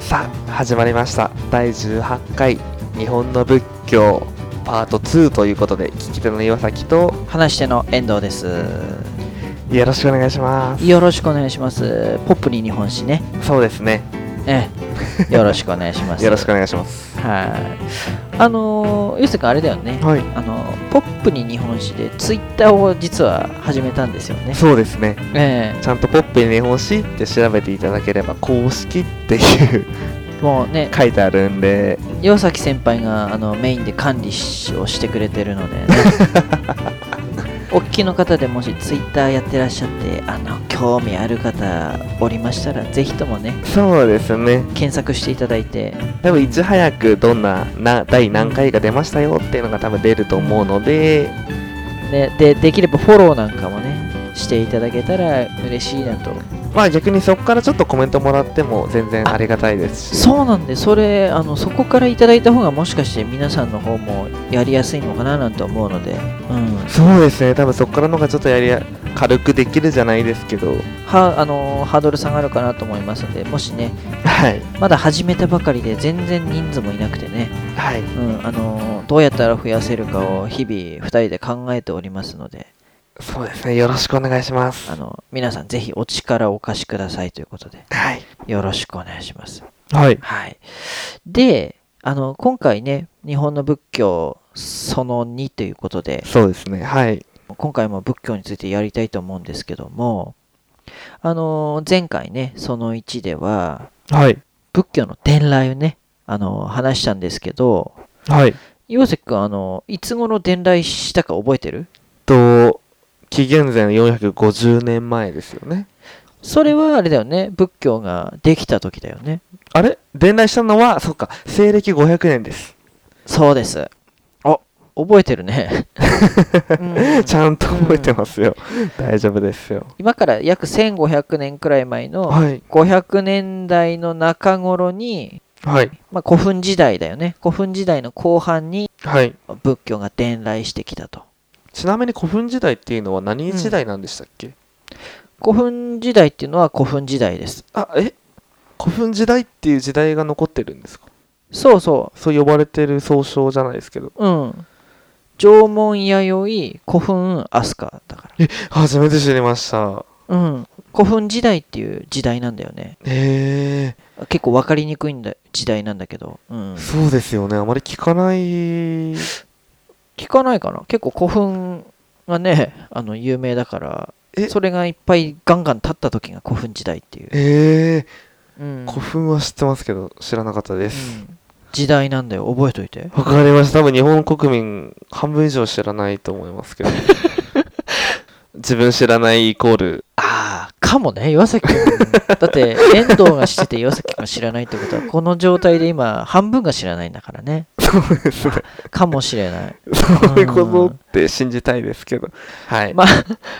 さあ始まりました第18回日本の仏教パート2ということで聞き手の岩崎と話しての遠藤です よろしくお願いしますよろしくお願いしますポップに日本史ねそうですねええ よろしくお願いしますよろしくお願いしますはいあのー、ゆうせくんあれだよね、はいあのーポップに日本史でツイッターを実は始めたんですよねそうですねええちゃんとポップに日本史って調べていただければ公式っていう もうね書いてあるんで岩崎先輩があのメインで管理しをしてくれてるので ねお聞きの方でもしツイッターやってらっしゃってあの興味ある方おりましたらぜひともねそうですね検索していただいて多分いち早くどんなな第何回が出ましたよっていうのが多分出ると思うのでね、でできればフォローなんかもねしていただけたら嬉しいなとまあ逆にそこからちょっとコメントもらっても全然ありがたいですしそうなんでそれあのそこからいただいた方がもしかして皆さんの方もやりやすいのかななんて思うので、うん、そうですね多分そこからの方がちょっとやりや軽くできるじゃないですけどはあのハードル下がるかなと思いますのでもしねはいまだ始めたばかりで全然人数もいなくてね、はいうん、あのどうやったら増やせるかを日々2人で考えておりますのでそうですねよろしくお願いしますあの皆さんぜひお力をお貸しくださいということではいよろしくお願いしますはいはい。で、あの、今回ね、日本の仏教その2ということで、そうですねはい今回も仏教についてやりたいと思うんですけども、あの、前回ね、その1では、はい仏教の伝来をね、あの、話したんですけど、はい岩崎君、あの、いつ頃伝来したか覚えてると紀元前450年前ですよねそれはあれだよね、仏教ができた時だよね。あれ伝来したのはそっか西暦500年ですそうです。あ、覚えてるね。うんちゃんと覚えてますよ、大丈夫ですよ 今から約1500年くらい前の、はい500年代の中頃に、はいまあ、古墳時代だよね古墳時代の後半にはい仏教が伝来してきたとちなみに古墳時代っていうのは何時代なんでしたっけ、古墳時代っていうのは古墳時代ですあえ古墳時代っていう時代が残ってるんですかそうそそう呼ばれてる総称じゃないですけどううん縄文弥生古墳飛鳥だか初めて知りましたらうん古墳時代っていう時代なんだよねへえ結構分かりにくいんだ時代なんだけど、うん、そうですよねあまり聞かない聞かないかな結構古墳がねあの有名だからえそれがいっぱいガンガン経った時が古墳時代っていう、ええうん、古墳は知ってますけど知らなかったですうん時代なんだよ覚えといてわかりました多分日本国民半分以上知らないと思いますけど 自分知らないイコールああかもね岩崎君だって遠藤が知ってて岩崎君が知らないってことはこの状態で今半分が知らないんだからねそうですねかもしれないそういうことって信じたいですけどはい、まあ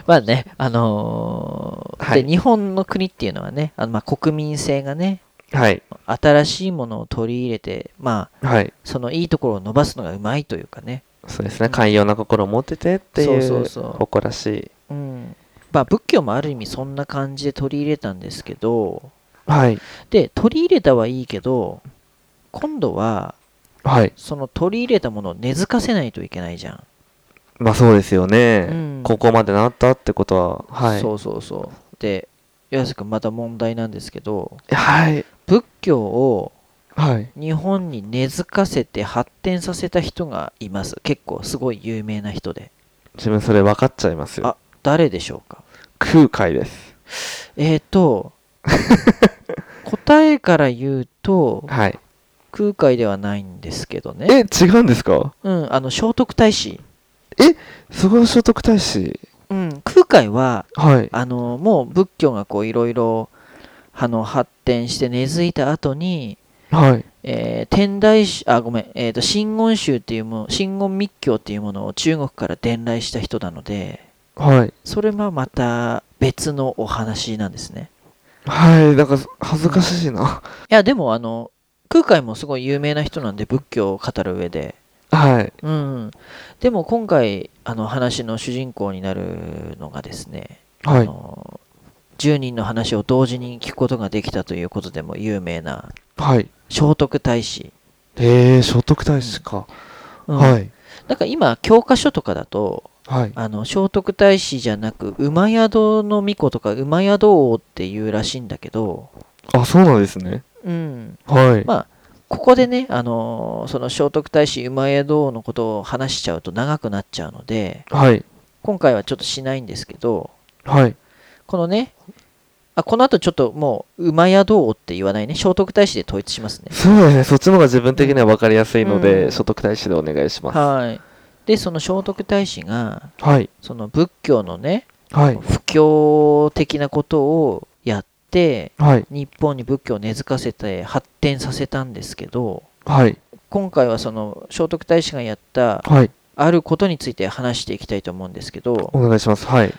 まあねあのーはいで日本の国っていうのはねあのまあ国民性がねはい新しいものを取り入れてまあはいそのいいところを伸ばすのがうまいというかね、そうですね寛容な心を持っててっていうそうそうそう誇らしいうん、まあ仏教もある意味そんな感じで取り入れたんですけどはいで取り入れたはいいけど今度ははいその取り入れたものを根付かせないといけないじゃん、まあそうですよね、うんここまでなったってことははいそうそうそうで岩瀬君また問題なんですけどはい仏教をはい日本に根付かせて発展させた人がいます結構すごい有名な人で自分それ分かっちゃいますよあ誰でしょうか空海ですえっ、ー、 と答えから言うとはい空海ではないんですけどねえ違うんですかうんあの聖徳太子そこは聖徳太子うん空海ははいあのもう仏教がこういろいろあの発展して根付いた後に、はいえー天台宗あごめん、えー、と真言宗っていうもの真言密教っていうものを中国から伝来した人なのではいそれはまた別のお話なんですねはいなんか恥ずかしいないやでもあの空海もすごい有名な人なんで仏教を語る上ではいうんでも今回あの話の主人公になるのがですねはあいの10人の話を同時に聞くことができたということでも有名なはい。聖徳太子、えー、聖徳太子か。うんはい。だから今教科書とかだとはい。あの聖徳太子じゃなく馬宿の巫女とか馬宿王っていうらしいんだけど、あ、そうなんですね。うん、はい。まあここでね、あのーその聖徳太子馬宿王のことを話しちゃうと長くなっちゃうのではい。今回はちょっとしないんですけどはい。このねあこの後ちょっともう馬宿王って言わないね聖徳太子で統一しますねそうですね。そっちの方が自分的には分かりやすいのうで、ん聖徳太子でお願いします。はいでその聖徳太子がはい。その仏教のねはい。布教的なことをやってはい。日本に仏教を根付かせて発展させたんですけどはい。今回はその聖徳太子がやったはい。あることについて話していきたいと思うんですけどお願いします。はい。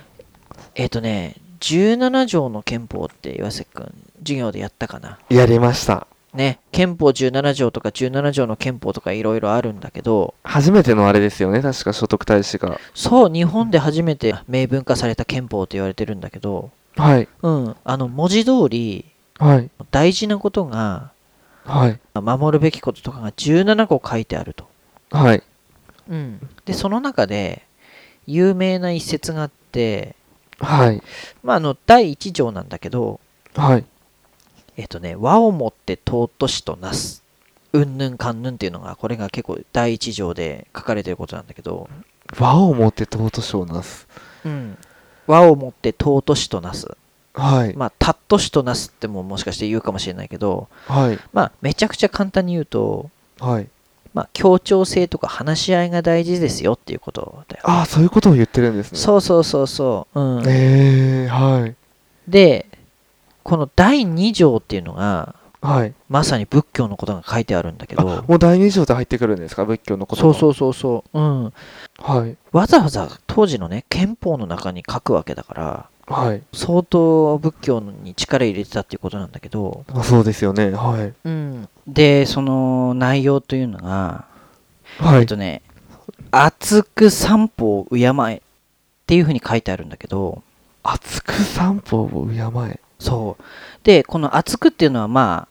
えっ、とね17条の憲法って岩瀬くん授業でやったかなやりました。ね憲法17条とか17条の憲法とかいろいろあるんだけど初めてのあれですよね。確か聖徳太子が。そう日本で初めて明文化された憲法と言われてるんだけどはい。うんあの文字通りはい。大事なことがはい。守るべきこととかが17個書いてあると、はい。でその中で有名な一節があって、はい。まあ、あの第1条なんだけどはい。えっとね和をもって尊しとなすうんぬんかんぬんっていうのがこれが結構第1条で書かれてることなんだけど、和をもって尊しをなす。和をもって尊しとなすはい。まあたっとしとなすってももしかして言うかもしれないけどはい。まあめちゃくちゃ簡単に言うとはい。まあ協調性とか話し合いが大事ですよっていうことだよああ、そういうことを言ってるんですね。そうそうそうそう。うんええはい。で、この第2条っていうのが、はい。まさに仏教のことが書いてあるんだけど、もう第二条で入ってくるんですか仏教のことそうう。そうそうそう。うん。はい。わざわざ当時のね、憲法の中に書くわけだから、はい。相当仏教に力入れてたっていうことなんだけど、あそうですよね。はい。うん。で、その内容というのが、はえっとね、厚く三歩を敬えっていうふうに書いてあるんだけど、厚く三方を敬え。そうでこの厚くっていうのはま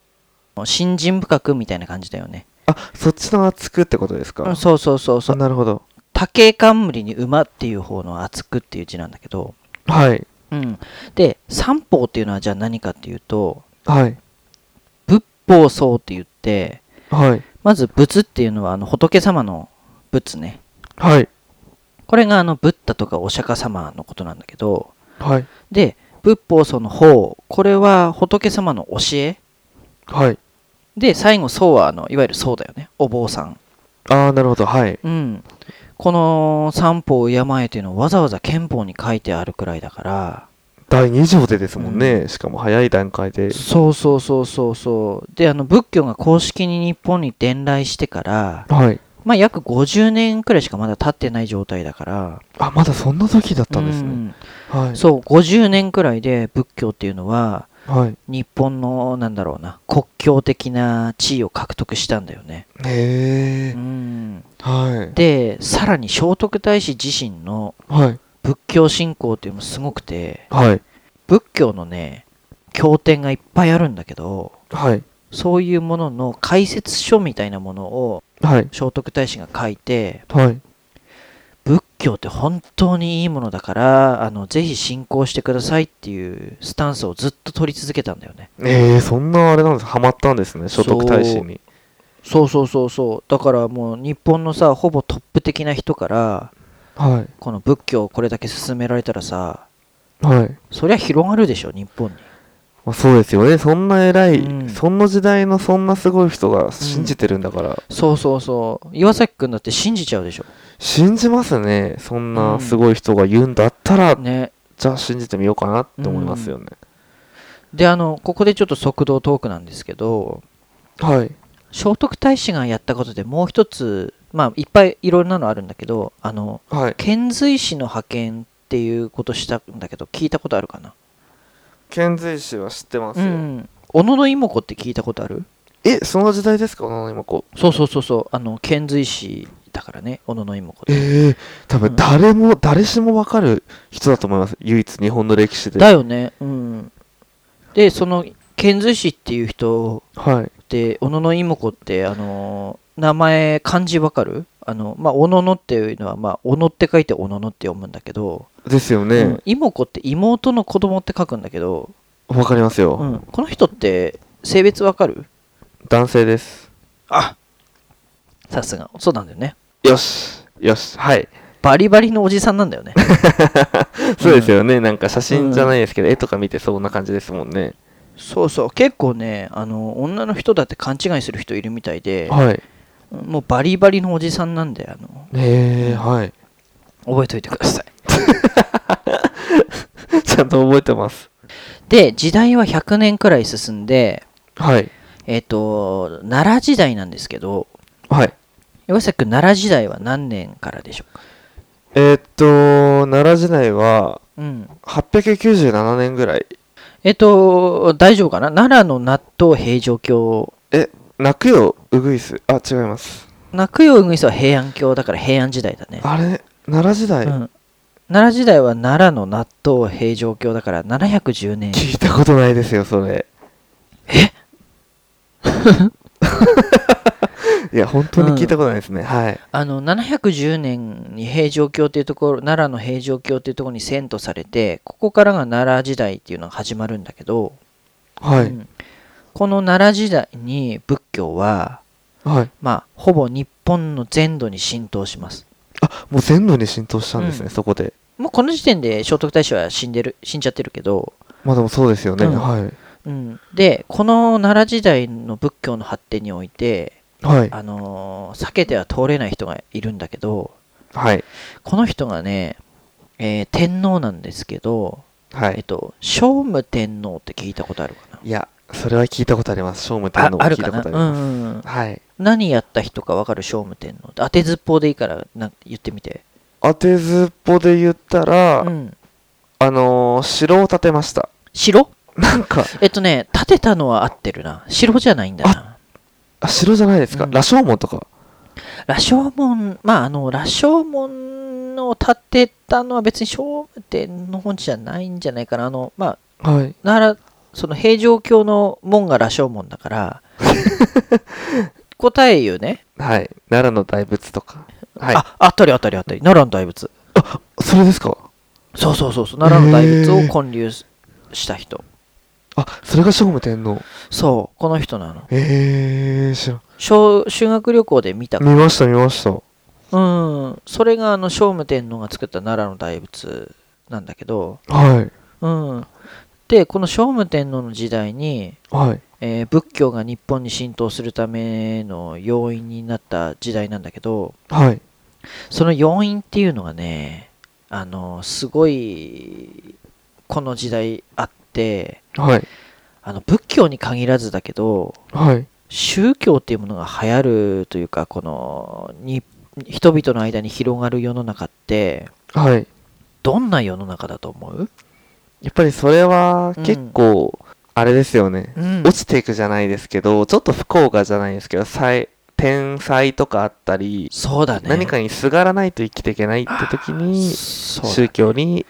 あ信心深くみたいな感じだよねあ、そっちの厚くってことですか、うんそうそうそうそあうなるほど。竹冠に馬っていう方の厚くっていう字なんだけど、はい。うん、で三方っていうのはじゃあ何かっていうとはい。仏法僧って言ってはい。まず仏っていうのはあの仏様の仏ねはい。これがあのブッダとかお釈迦様のことなんだけどはい。で仏法僧の方これは仏様の教えはい。で最後僧はあのいわゆる僧だよねお坊さんああ、なるほど。はい。うん、この「三法を敬え」というのはわざわざ憲法に書いてあるくらいだから第二条でですもんね。しかも早い段階で。そうそうそうそうそうであの仏教が公式に日本に伝来してから、はい。まあ、約50年くらいしかまだ経ってない状態だからあ、まだそんな時だったんですね。はうんい。そう50年くらいで仏教っていうのははい。日本のなんだろうな国教的な地位を獲得したんだよね、へえう。ん、はい。でさらに聖徳太子自身のはい。仏教信仰っていうのもすごくてはい。仏教のね経典がいっぱいあるんだけどはい。そういうものの解説書みたいなものをはい。聖徳太子が書いてはい。仏教って本当にいいものだからあのぜひ信仰してくださいっていうスタンスをずっと取り続けたんだよねええそんなあれなんです。ハマったんですね。聖徳太子に。そうそうそうそうだからもう日本のさほぼトップ的な人からはい。この仏教をこれだけ進められたらさはい。そりゃ広がるでしょ日本にまあ、そうですよね。そんな偉い、うんそんな時代のそんなすごい人が信じてるんだから、そうそうそう岩崎君だって信じちゃうでしょ信じますね。そんうなんすごい人が言うんだったら、ねじゃあ信じてみようかなって思いますよね。であのここでちょっと速度トークなんですけどはい。聖徳太子がやったことでもう一つまあいっぱいいろんなのあるんだけどあのはい。遣隋使の派遣っていうことしたんだけど聞いたことあるかな遣隋使は知ってますうよ。ん小野の妹子って聞いたことあるえ、その時代ですか小野妹子。そうそうそうそうあの遣隋使だからね小野の妹子ってええ多分誰も、誰しもわかる人だと思います。唯一日本の歴史で。だよねうんでその遣隋使っていう人はい。って小野の妹子ってあの名前漢字わかるあのまあ小野のっていうのはまあ小野って書いて小野のって読むんだけど、ですようねん。妹子って妹の子供って書くんだけど、わ、かりますうよ。ん、この人って性別わかる男性です。あさすがそうなんだよねよし。よし。はい。バリバリのおじさんなんだよねそうですよね。なんか写真じゃないですけど、絵とか見てそんな感じですもんね。 そうそう結構ねあの女の人だって勘違いする人いるみたいではい。もうバリバリのおじさんなんであのへえ、はい。覚えておいてください ちゃんと覚えてます。で時代は100年くらい進んではい。えっ、と奈良時代なんですけどはい。岩崎君奈良時代は何年からでしょうかえーっと、奈良時代はうん897年ぐらい。えっ、と大丈夫かな奈良の納豆平城京え、泣くよ、うぐいす。あ、違います。泣くようぐいすは平安京だから平安時代だねあれ奈良時代、うん、奈良時代は奈良の納豆平城京だから710年聞いたことないですよ、それ。え いや、本当に聞いたことないですね。はい。あの710年に平城京っていうところ奈良の平城京っていうところに遷都されてここからが奈良時代っていうのが始まるんだけど、はうい。んこの奈良時代に仏教ははい。まあほぼ日本の全土に浸透しますあ、もう全土に浸透したんですね、うんそこで。もうこの時点で聖徳太子は死んでる死んじゃってるけど、まあでもそうですよね。うんはい。うん、でこの奈良時代の仏教の発展においてはい。あのー避けては通れない人がいるんだけどはい。この人がね、えー天皇なんですけど、はえっい。と聖武天皇って聞いたことあるかないや、それは聞いたことあります。聖武天あ皇はある聞いかたなことありうます。んうんうんはい。何やった人か分かる聖武天皇当てずっぽうでいいからなんか言ってみて、当てずっぽで言ったら、うん、あのー城を建てました。 城なんか、えっとね建てたのは合ってるな城じゃないんだなあ城じゃないですか。うん羅生門とか。羅生門まああの羅生門を建てたのは別に聖武天皇じゃないんじゃないかなあのまあはい。奈良その平城京の門が羅生門だから答え言うね、はい。奈良の大仏とか。はい。ああったりあったりあったり奈良の大仏それですかそうそうそうそう奈良の大仏を建立した人あ、それが聖武天皇。そうこの人なのえー、知らん。小修学旅行で見た見ました、見ました。うんそれがあの聖武天皇が作った奈良の大仏なんだけどはい。うんでこの聖武天皇の時代に、はい。えー仏教が日本に浸透するための要因になった時代なんだけど、はい。その要因っていうのがね、あの、すごい、この時代あって、はい。あの、仏教に限らずだけど、はい。宗教っていうものが流行るというか、この、に、人々の間に広がる世の中って、はい。どんな世の中だと思うやっぱりそれは結構、あれですよね。うん落ちていくじゃないですけど、ちょっと不幸がじゃないですけど、災天災とかあったり、そうだね。何かにすがらないと生きていけないって時に、そうだ宗教に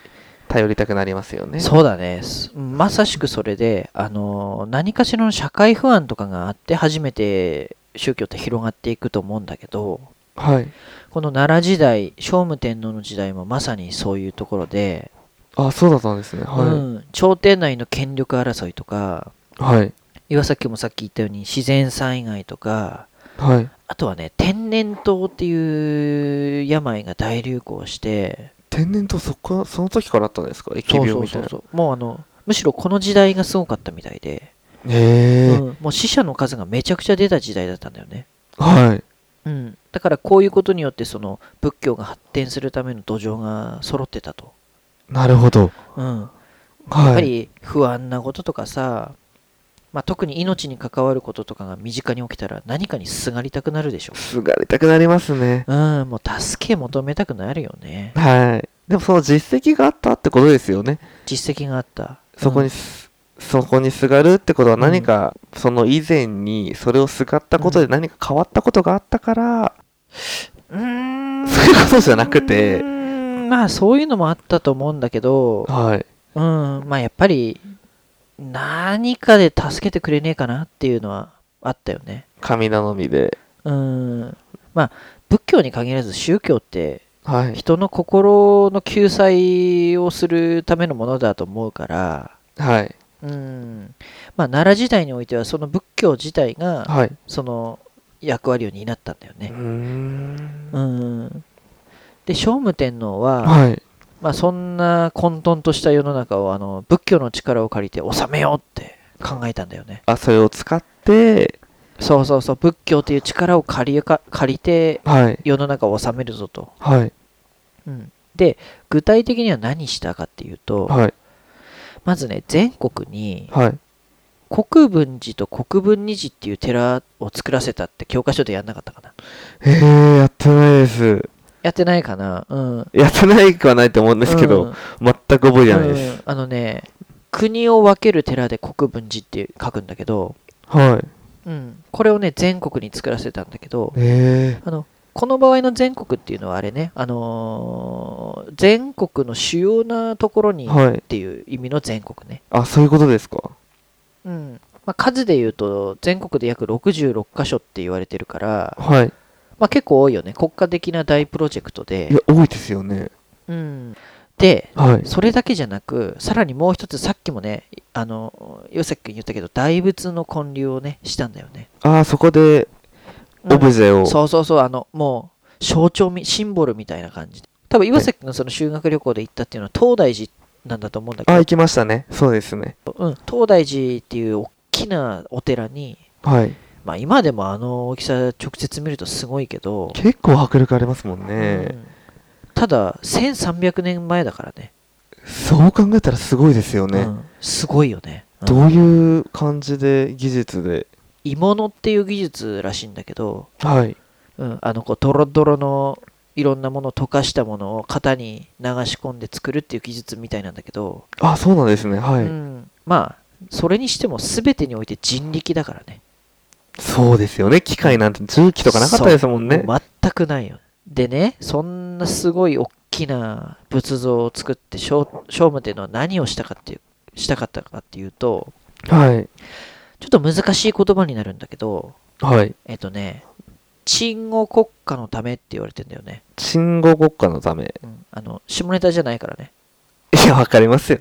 頼りたくなりますよね。そうだね。すまさしくそれで、あの、何かしらの社会不安とかがあって、初めて宗教って広がっていくと思うんだけど、はい。この奈良時代聖武天皇の時代もまさにそういうところで、あ、そうだったんですね。うはん、朝廷内の権力争いとかい。はい。岩崎君もさっき言ったように自然災害とかはい。あとはね天然痘っていう病が大流行して天然とそこ、その時からあったんですか疫病みたいな。うもうあのむしろこの時代がすごかったみたいで、へえ。うん、もう死者の数がめちゃくちゃ出た時代だったんだよね、はい。うん、だからこういうことによってその仏教が発展するための土壌が揃ってたと、なるほど。うん、やっはぱい。り不安なこととかさ、まあ、特に命に関わることとかが身近に起きたら何かにすがりたくなるでしょすがりたくなりますね。うんもう助け求めたくなるよねはい。でもその実績があったってことですよね。実績があったそこにす、そこにすがるってことは何か、その以前にそれをすがったことで何か変わったことがあったから、うんそういうこと じゃなくて、まあそういうのもあったと思うんだけどはい。うんまあやっぱり何かで助けてくれねえかなっていうのはあったよね神頼みで。うんまあ仏教に限らず宗教ってはい。人の心の救済をするためのものだと思うからはい。うんまあ奈良時代においてはその仏教自体がはい。その役割を担ったんだよねうーん。うんで聖武天皇は、はい。まあ、そんな混沌とした世の中をあの仏教の力を借りて治めようって考えたんだよねあ、それを使って、そうそうそう仏教という力を借りか借りてはい。世の中を治めるぞと、はい。うん、で具体的には何したかっていうと、はい。まずね全国にはい。国分寺と国分二寺っていう寺を作らせたって教科書でやんなかったかなえー、やってないです。やってないかなうんやってないくはないと思うんですけど、うん全く覚えてないでうんす。あのね国を分ける寺で国分寺って書くんだけど、はい。うん、これをね全国に作らせたんだけどえあのこの場合の全国っていうのはあれね、あのー全国の主要なところー、にっはい。ていう意味の全国ね、あ、そういうことですか。うんまあ、数で言うと全国で約66箇所って言われてるから、はい。まあ、結構多いよね国家的な大プロジェクトいでや、、多いですよね。うん、ではい。それだけじゃなくさらにもう一つさっきもねあの岩崎君言ったけど大仏の建立をねしたんだよね、あー、そこで、うんオブジェを。そうそうそうあのもう象徴みシンボルみたいな感じで多分岩崎のその修学旅行で行ったっていうのは東大寺なんだと思うんだあ、け行きましたね。そうですね。ど、うん、東大寺っていう大きなお寺にはい。まあ今でもあの大きさ直接見るとすごいけど、結構迫力ありますもんうね。んただ1300年前だからねそう考えたらすごいですようね。んすごいよね、うんどういう感じで、技術で。鋳物っていう技術らしいんだけど、はい。うん、あのこうドロドロのいろんなものを溶かしたものを型に流し込んで作るっていう技術みたいなんだけど、あ、そうなんですね。はうい。ん、まあそれにしても全てにおいて人力だからねそうですよね。機械なんて重機とかなかったですもんね。もう全くないよでねそんなすごい大きな仏像を作って聖聖武天皇は何をしたかっていうしたかったかっていうとはい。ちょっと難しい言葉になるんだけどはい。えっとね鎮護国家のためって言われてんだよね、鎮護国家のため。うん、あの下ネタじゃないからねいや、わかりますよ。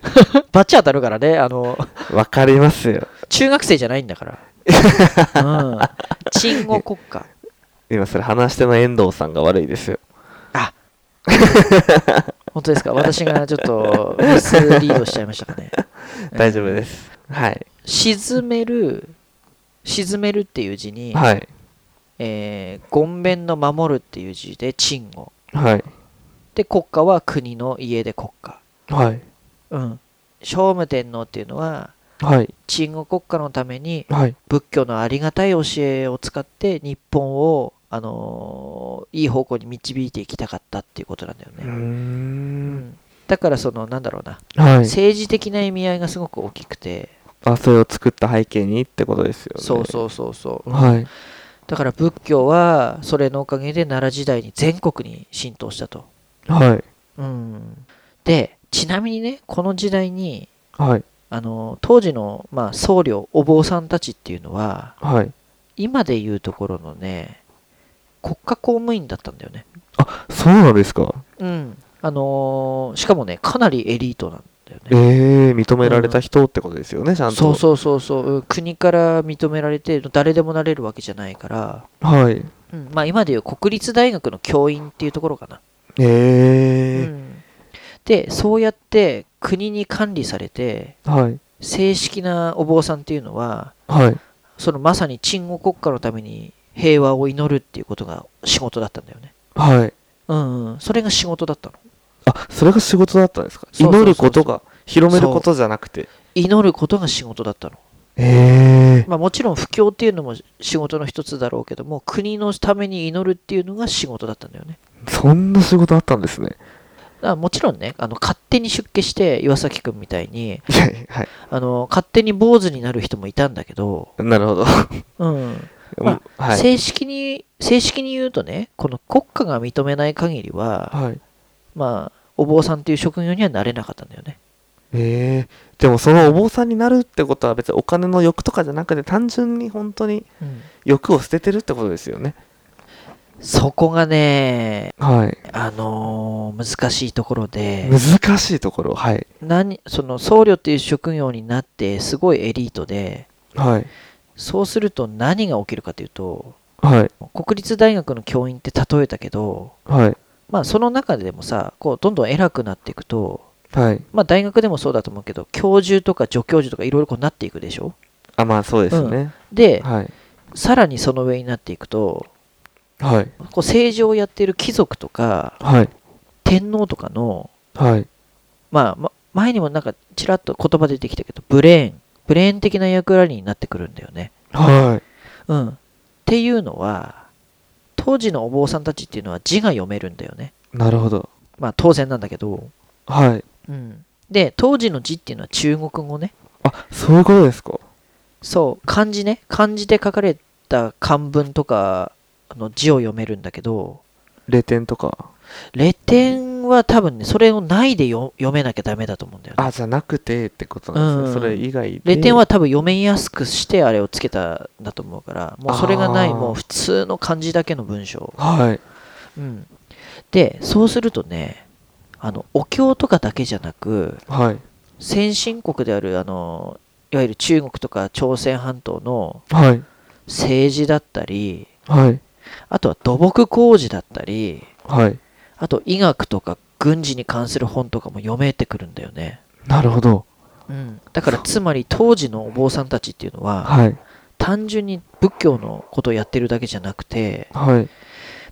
バチ当たるからね、あの、わかりますよ。中学生じゃないん だから。うん。鎮護国家。今それ話しての遠藤さんが悪いですよ。あ本当ですか私がちょっとミスリードしちゃいましたかね。大丈夫です。はい。沈める、沈めるっていう字に、はい。えー、ごんべんの守るっていう字で鎮護。はい。で、国家は国の家で国家。はい。うん。聖武天皇っていうのは、はい。鎮護国家のためにはい。仏教のありがたい教えを使って日本を、あのーいい方向に導いていきたかったっていうことなんだようー。ね、うんんだからそのなんだろうな、はい。政治的な意味合いがすごく大きくてあ、それを作った背景にってことですよね。そうそうそうそう、はい。だから仏教はそれのおかげで奈良時代に全国に浸透したと、はい。うん、でちなみにねこの時代にはい。あのー当時の、まあ、僧侶お坊さんたちっていうのははい。今でいうところのね国家公務員だったんだよねそうなんですか。うん。あのーしかもね、かなりエリートなんだよえね。え認められた人ってことですよね、ちゃんと。そうそうそうそううん、国から認められて、誰でもなれるわけじゃないから、はい。うん、まあ今でいう国立大学の教員っていうところかな。えうえん、で、そうやって国に管理されて、はい。正式なお坊さんっていうのは、はい。そのまさに鎮護国家のために平和を祈るっていうことが仕事だったんだよね。はい。うん、うん、それが仕事だったの。あ、それが仕事だったんですか。そうそうそうそう祈ることが、広めることじゃなくて。祈ることが仕事だったの。ええまあ、もちろん布教っていうのも仕事の一つだろうけども国のために祈るっていうのが仕事だったんだよねそんな仕事あったんですね。だからもちろんねあの勝手に出家して岩崎君みたいにいやいやはい。あの勝手に坊主になる人もいたんだけど、なるほど。うんうんはい。正式に正式に言うとねこの国家が認めない限りは、はい。まあお坊さんっていう職業にはなれなかったんだよねええでもそのお坊さんになるってことは別にお金の欲とかじゃなくて単純に本当に欲を捨ててるってことですよねそこがね、はいあのー難しいところで、難しいところはい何その僧侶っていう職業になってすごいエリートではいそうすると何が起きるかというとはい国立大学の教員って例えたけど、はいまあ、その中でもさこうどんどん偉くなっていくと、はいまあ、大学でもそうだと思うけど教授とか助教授とかいろいろこうなっていくでしょあまあそうですね、ではいさらにその上になっていくとはいこう政治をやっている貴族とかはい天皇とかの、はいまあま、前にもなんかちらっと言葉出てきたけどブレーンブレーン的な役割になってくるんだよねはいうん、っていうのは当時のお坊さんたちっていうのは字が読めるんだよねなるほどまあ当然なんだけど、はいうん、で当時の字っていうのは中国語ねあそういうことですかそう漢字ね漢字で書かれた漢文とかの字を読めるんだけど0点とかレ点は多分ねそれをないで読読めなきゃダメだと思うんだよねあじゃなくてってことなんですね、うんそれ以外でレ点は多分読めやすくしてあれをつけたんだと思うからもうそれがないあーもう普通の漢字だけの文章はいうん、でそうするとねあのお経とかだけじゃなくはい先進国であるあのいわゆる中国とか朝鮮半島のはい政治だったりはいあとは土木工事だったりはいあと医学とか軍事に関する本とかも読めてくるんだよね、なるほどうん、だからつまり当時のお坊さんたちっていうのははい単純に仏教のことをやってるだけじゃなくてはい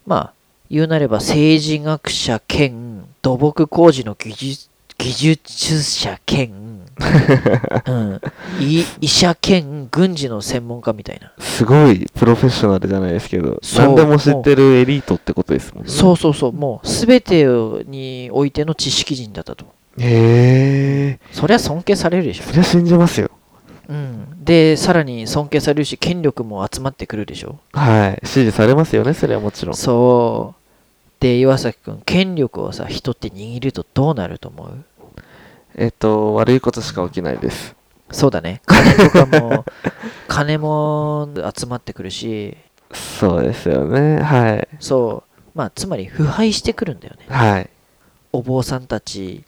まあ、言うなれば政治学者兼土木工事の技術技術者兼、 うん、い医者兼軍事の専門家みたいな。すごいプロフェッショナルじゃないですけどそう何でも知ってるエリートってことですもんねそうそうそう、もう全てにおいての知識人だったと。へえそりゃ尊敬されるでしょ。そりゃ信じますようん、で、さらに尊敬されるし、権力も集まってくるでしょ。はい支持されますよねそれはもちろんそう。で、岩崎君、権力をさ、人って握るとどうなると思うえっと悪いことしか起きないですそうだね。金とか も、金も集まってくるし、そうですよねはいそう、まあ、つまり腐敗してくるんだよね。はいお坊さんたち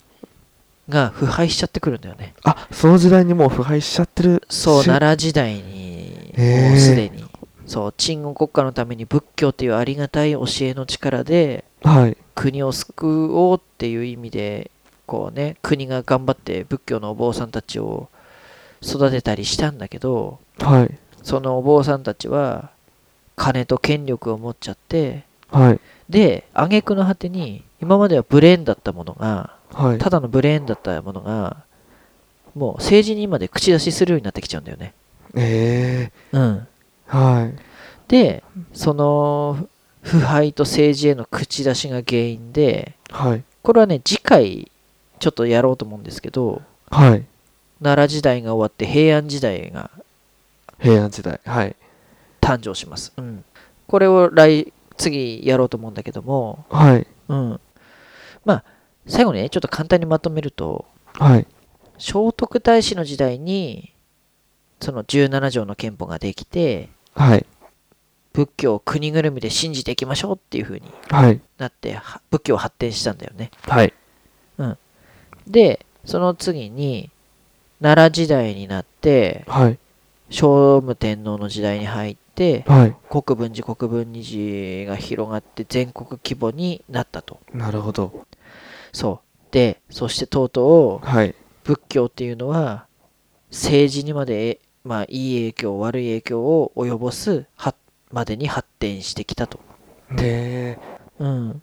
が腐敗しちゃってくるんだよね。あその時代にもう腐敗しちゃってるそう、し奈良時代に、へーもうすでに、そう、鎮護国家のために仏教というありがたい教えの力で、はい国を救おうっていう意味で、こうね、国が頑張って仏教のお坊さんたちを育てたりしたんだけど、はいそのお坊さんたちは金と権力を持っちゃってはいで挙句の果てに今まではブレーンだったものがはいただのブレーンだったものがもう政治に今で口出しするようになってきちゃうんだよね。ええうん、はいでその腐敗と政治への口出しが原因ではいこれはね次回ちょっとやろうと思うんですけどはい奈良時代が終わって平安時代が平安時代はい誕生します。うん、これを来次やろうと思うんだけどもはいうん。まあ、最後にね、ちょっと簡単にまとめると、はい聖徳太子の時代に、その17条の憲法ができて、はい仏教を国ぐるみで信じていきましょうっていう風にはいなって、は仏教を発展したんだよね。はいで、その次に、奈良時代になって、はい聖武天皇の時代に入って、はい国分寺国分寺が広がって全国規模になったと。なるほどそう。で、そしてとうとう、はい仏教っていうのは政治にまで、まあ、いい影響悪い影響を及ぼすはまでに発展してきたと、でうん、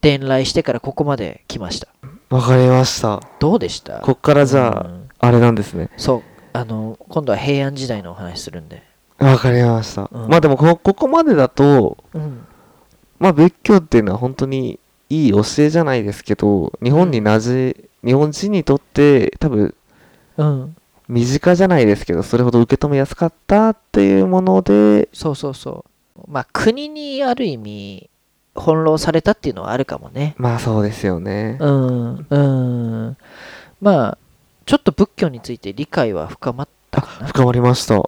伝来してからここまで来ましたわかりましたどうでしたこっからじゃあ、うんあれなんですねそうあの今度は平安時代のお話するんで、わかりました、うんまあでもこここまでだとうん、まあ仏教っていうのは本当にいい教えじゃないですけど日本になじ、日本人にとって多分うん、身近じゃないですけどそれほど受け止めやすかったっていうものでそうそうそうまあ国にある意味翻弄されたっていうのはあるかもねまあそうですよねうんうんまあちょっと仏教について理解は深まったかな、深まりました。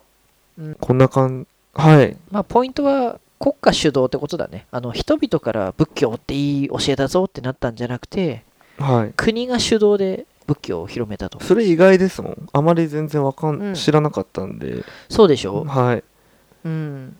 うんこんな感じ。はい。まあ、ポイントは国家主導ってことだねあの人々から仏教っていい教えだぞってなったんじゃなくてはい。国が主導で仏教を広めたとそれ意外ですもん。あまり全然わかん、うん知らなかったんで。そうでしょ、はい。うん、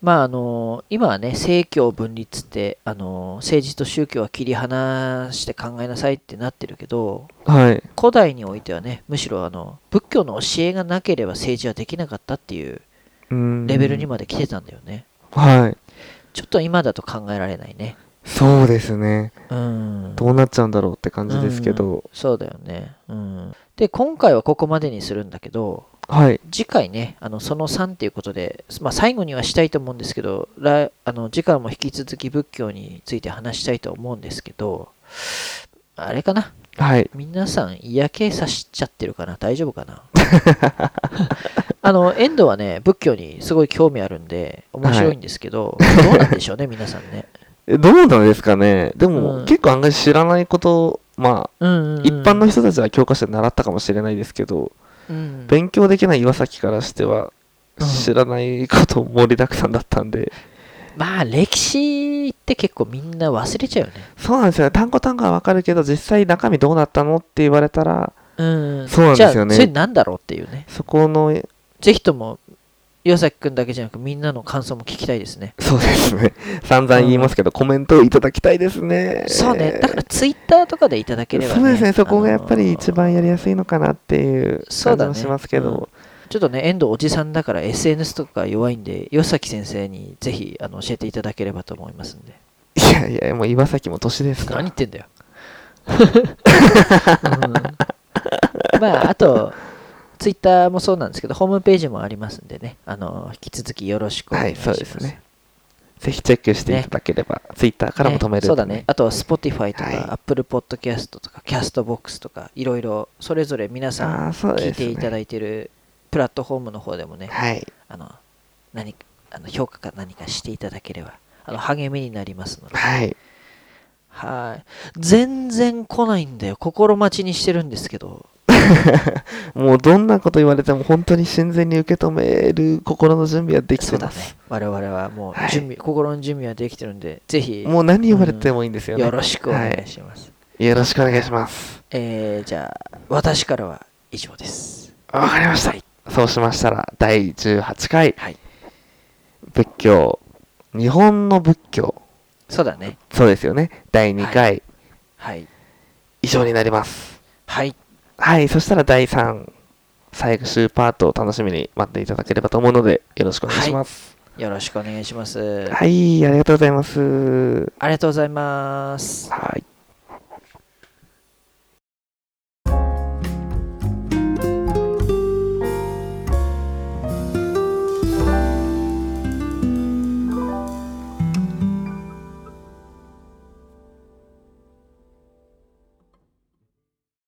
まああの今はね政教分立ってあの政治と宗教は切り離して考えなさいってなってるけどはい。古代においてはねむしろあの仏教の教えがなければ政治はできなかったっていううん。レベルにまで来てたんだよね、はい。ちょっと今だと考えられないねそうですね。うんどうなっちゃうんだろうって感じですけど。そうだよねうんで今回はここまでにするんだけどはい。次回ね、あのその3ということで、まあ、最後にはしたいと思うんですけど、来あの次回も引き続き仏教について話したいと思うんですけど、あれかな、はい。皆さん嫌気さしちゃってるかな、大丈夫かな。 あの遠藤はね、仏教にすごい興味あるんで、面白いんですけど、どうなんでしょうね、皆さんね。えどうなんですかね。でも、うん結構案外知らないこと、まあ、うんうんうん一般の人たちは教科書で習ったかもしれないですけど、うん勉強できない岩崎からしてはうん知らないこと盛りだくさんだったんで、まあ、歴史って結構みんな忘れちゃうよね。そうなんですよね単語単語はわかるけど実際中身どうなったのって言われたらうん、そうなんですよねじゃあ、それなんだろうっていうね。そこのぜひとも岩崎くんだけじゃなくみんなの感想も聞きたいですね。そうですね散々言いますけど、コメントをいただきたいですねそうね、だからツイッターとかでいただければ、ね、そうですねそこがやっぱり一あの番やりやすいのかなっていうそ感うじだねもしますけど、ーちょっとね、遠藤おじさんだから SNS とか弱いんで、岩崎先生にぜひあの教えていただければと思いますんで。いやいやもう岩崎も年ですか何ら言って んだよ。うんまあ、あと、ツイッターもそうなんですけど、ホームページもありますんでね、あの引き続きよろしくおは願いいしまそす。うですねぜひチェックしていただければ、ツイッターからも止めるねんでそうだね。あとは Spotify とはかい Apple Podcast とか CastBox とかいろいろそれぞれ皆さんああそう聞でいすねていただいてるプラットフォームの方でもね、はいあの何かあの評価か何かしていただければあの励みになりますので。はいはい。全然来ないんだよ。心待ちにしてるんですけど。もうどんなこと言われても本当に親善に受け止める心の準備はできそてうだまねす。。我々はもうはい準備、心の準備はできてるんで、ぜひもう何言われてもいいんですよね。よろしくお願いはします。いよろしくお願いします。えー、じゃあ、私からは以上です。わかりました。はいそうしましたら、第18回、はい仏教、日本の仏教、そうだね。そうですよね。第2回、はい。以上になります。はい。はい、そしたら第3、最終パートを楽しみに待っていただければと思うので、よろしくお願いします。よろしくお願いします。はい、ありがとうございます。ありがとうございます。はい。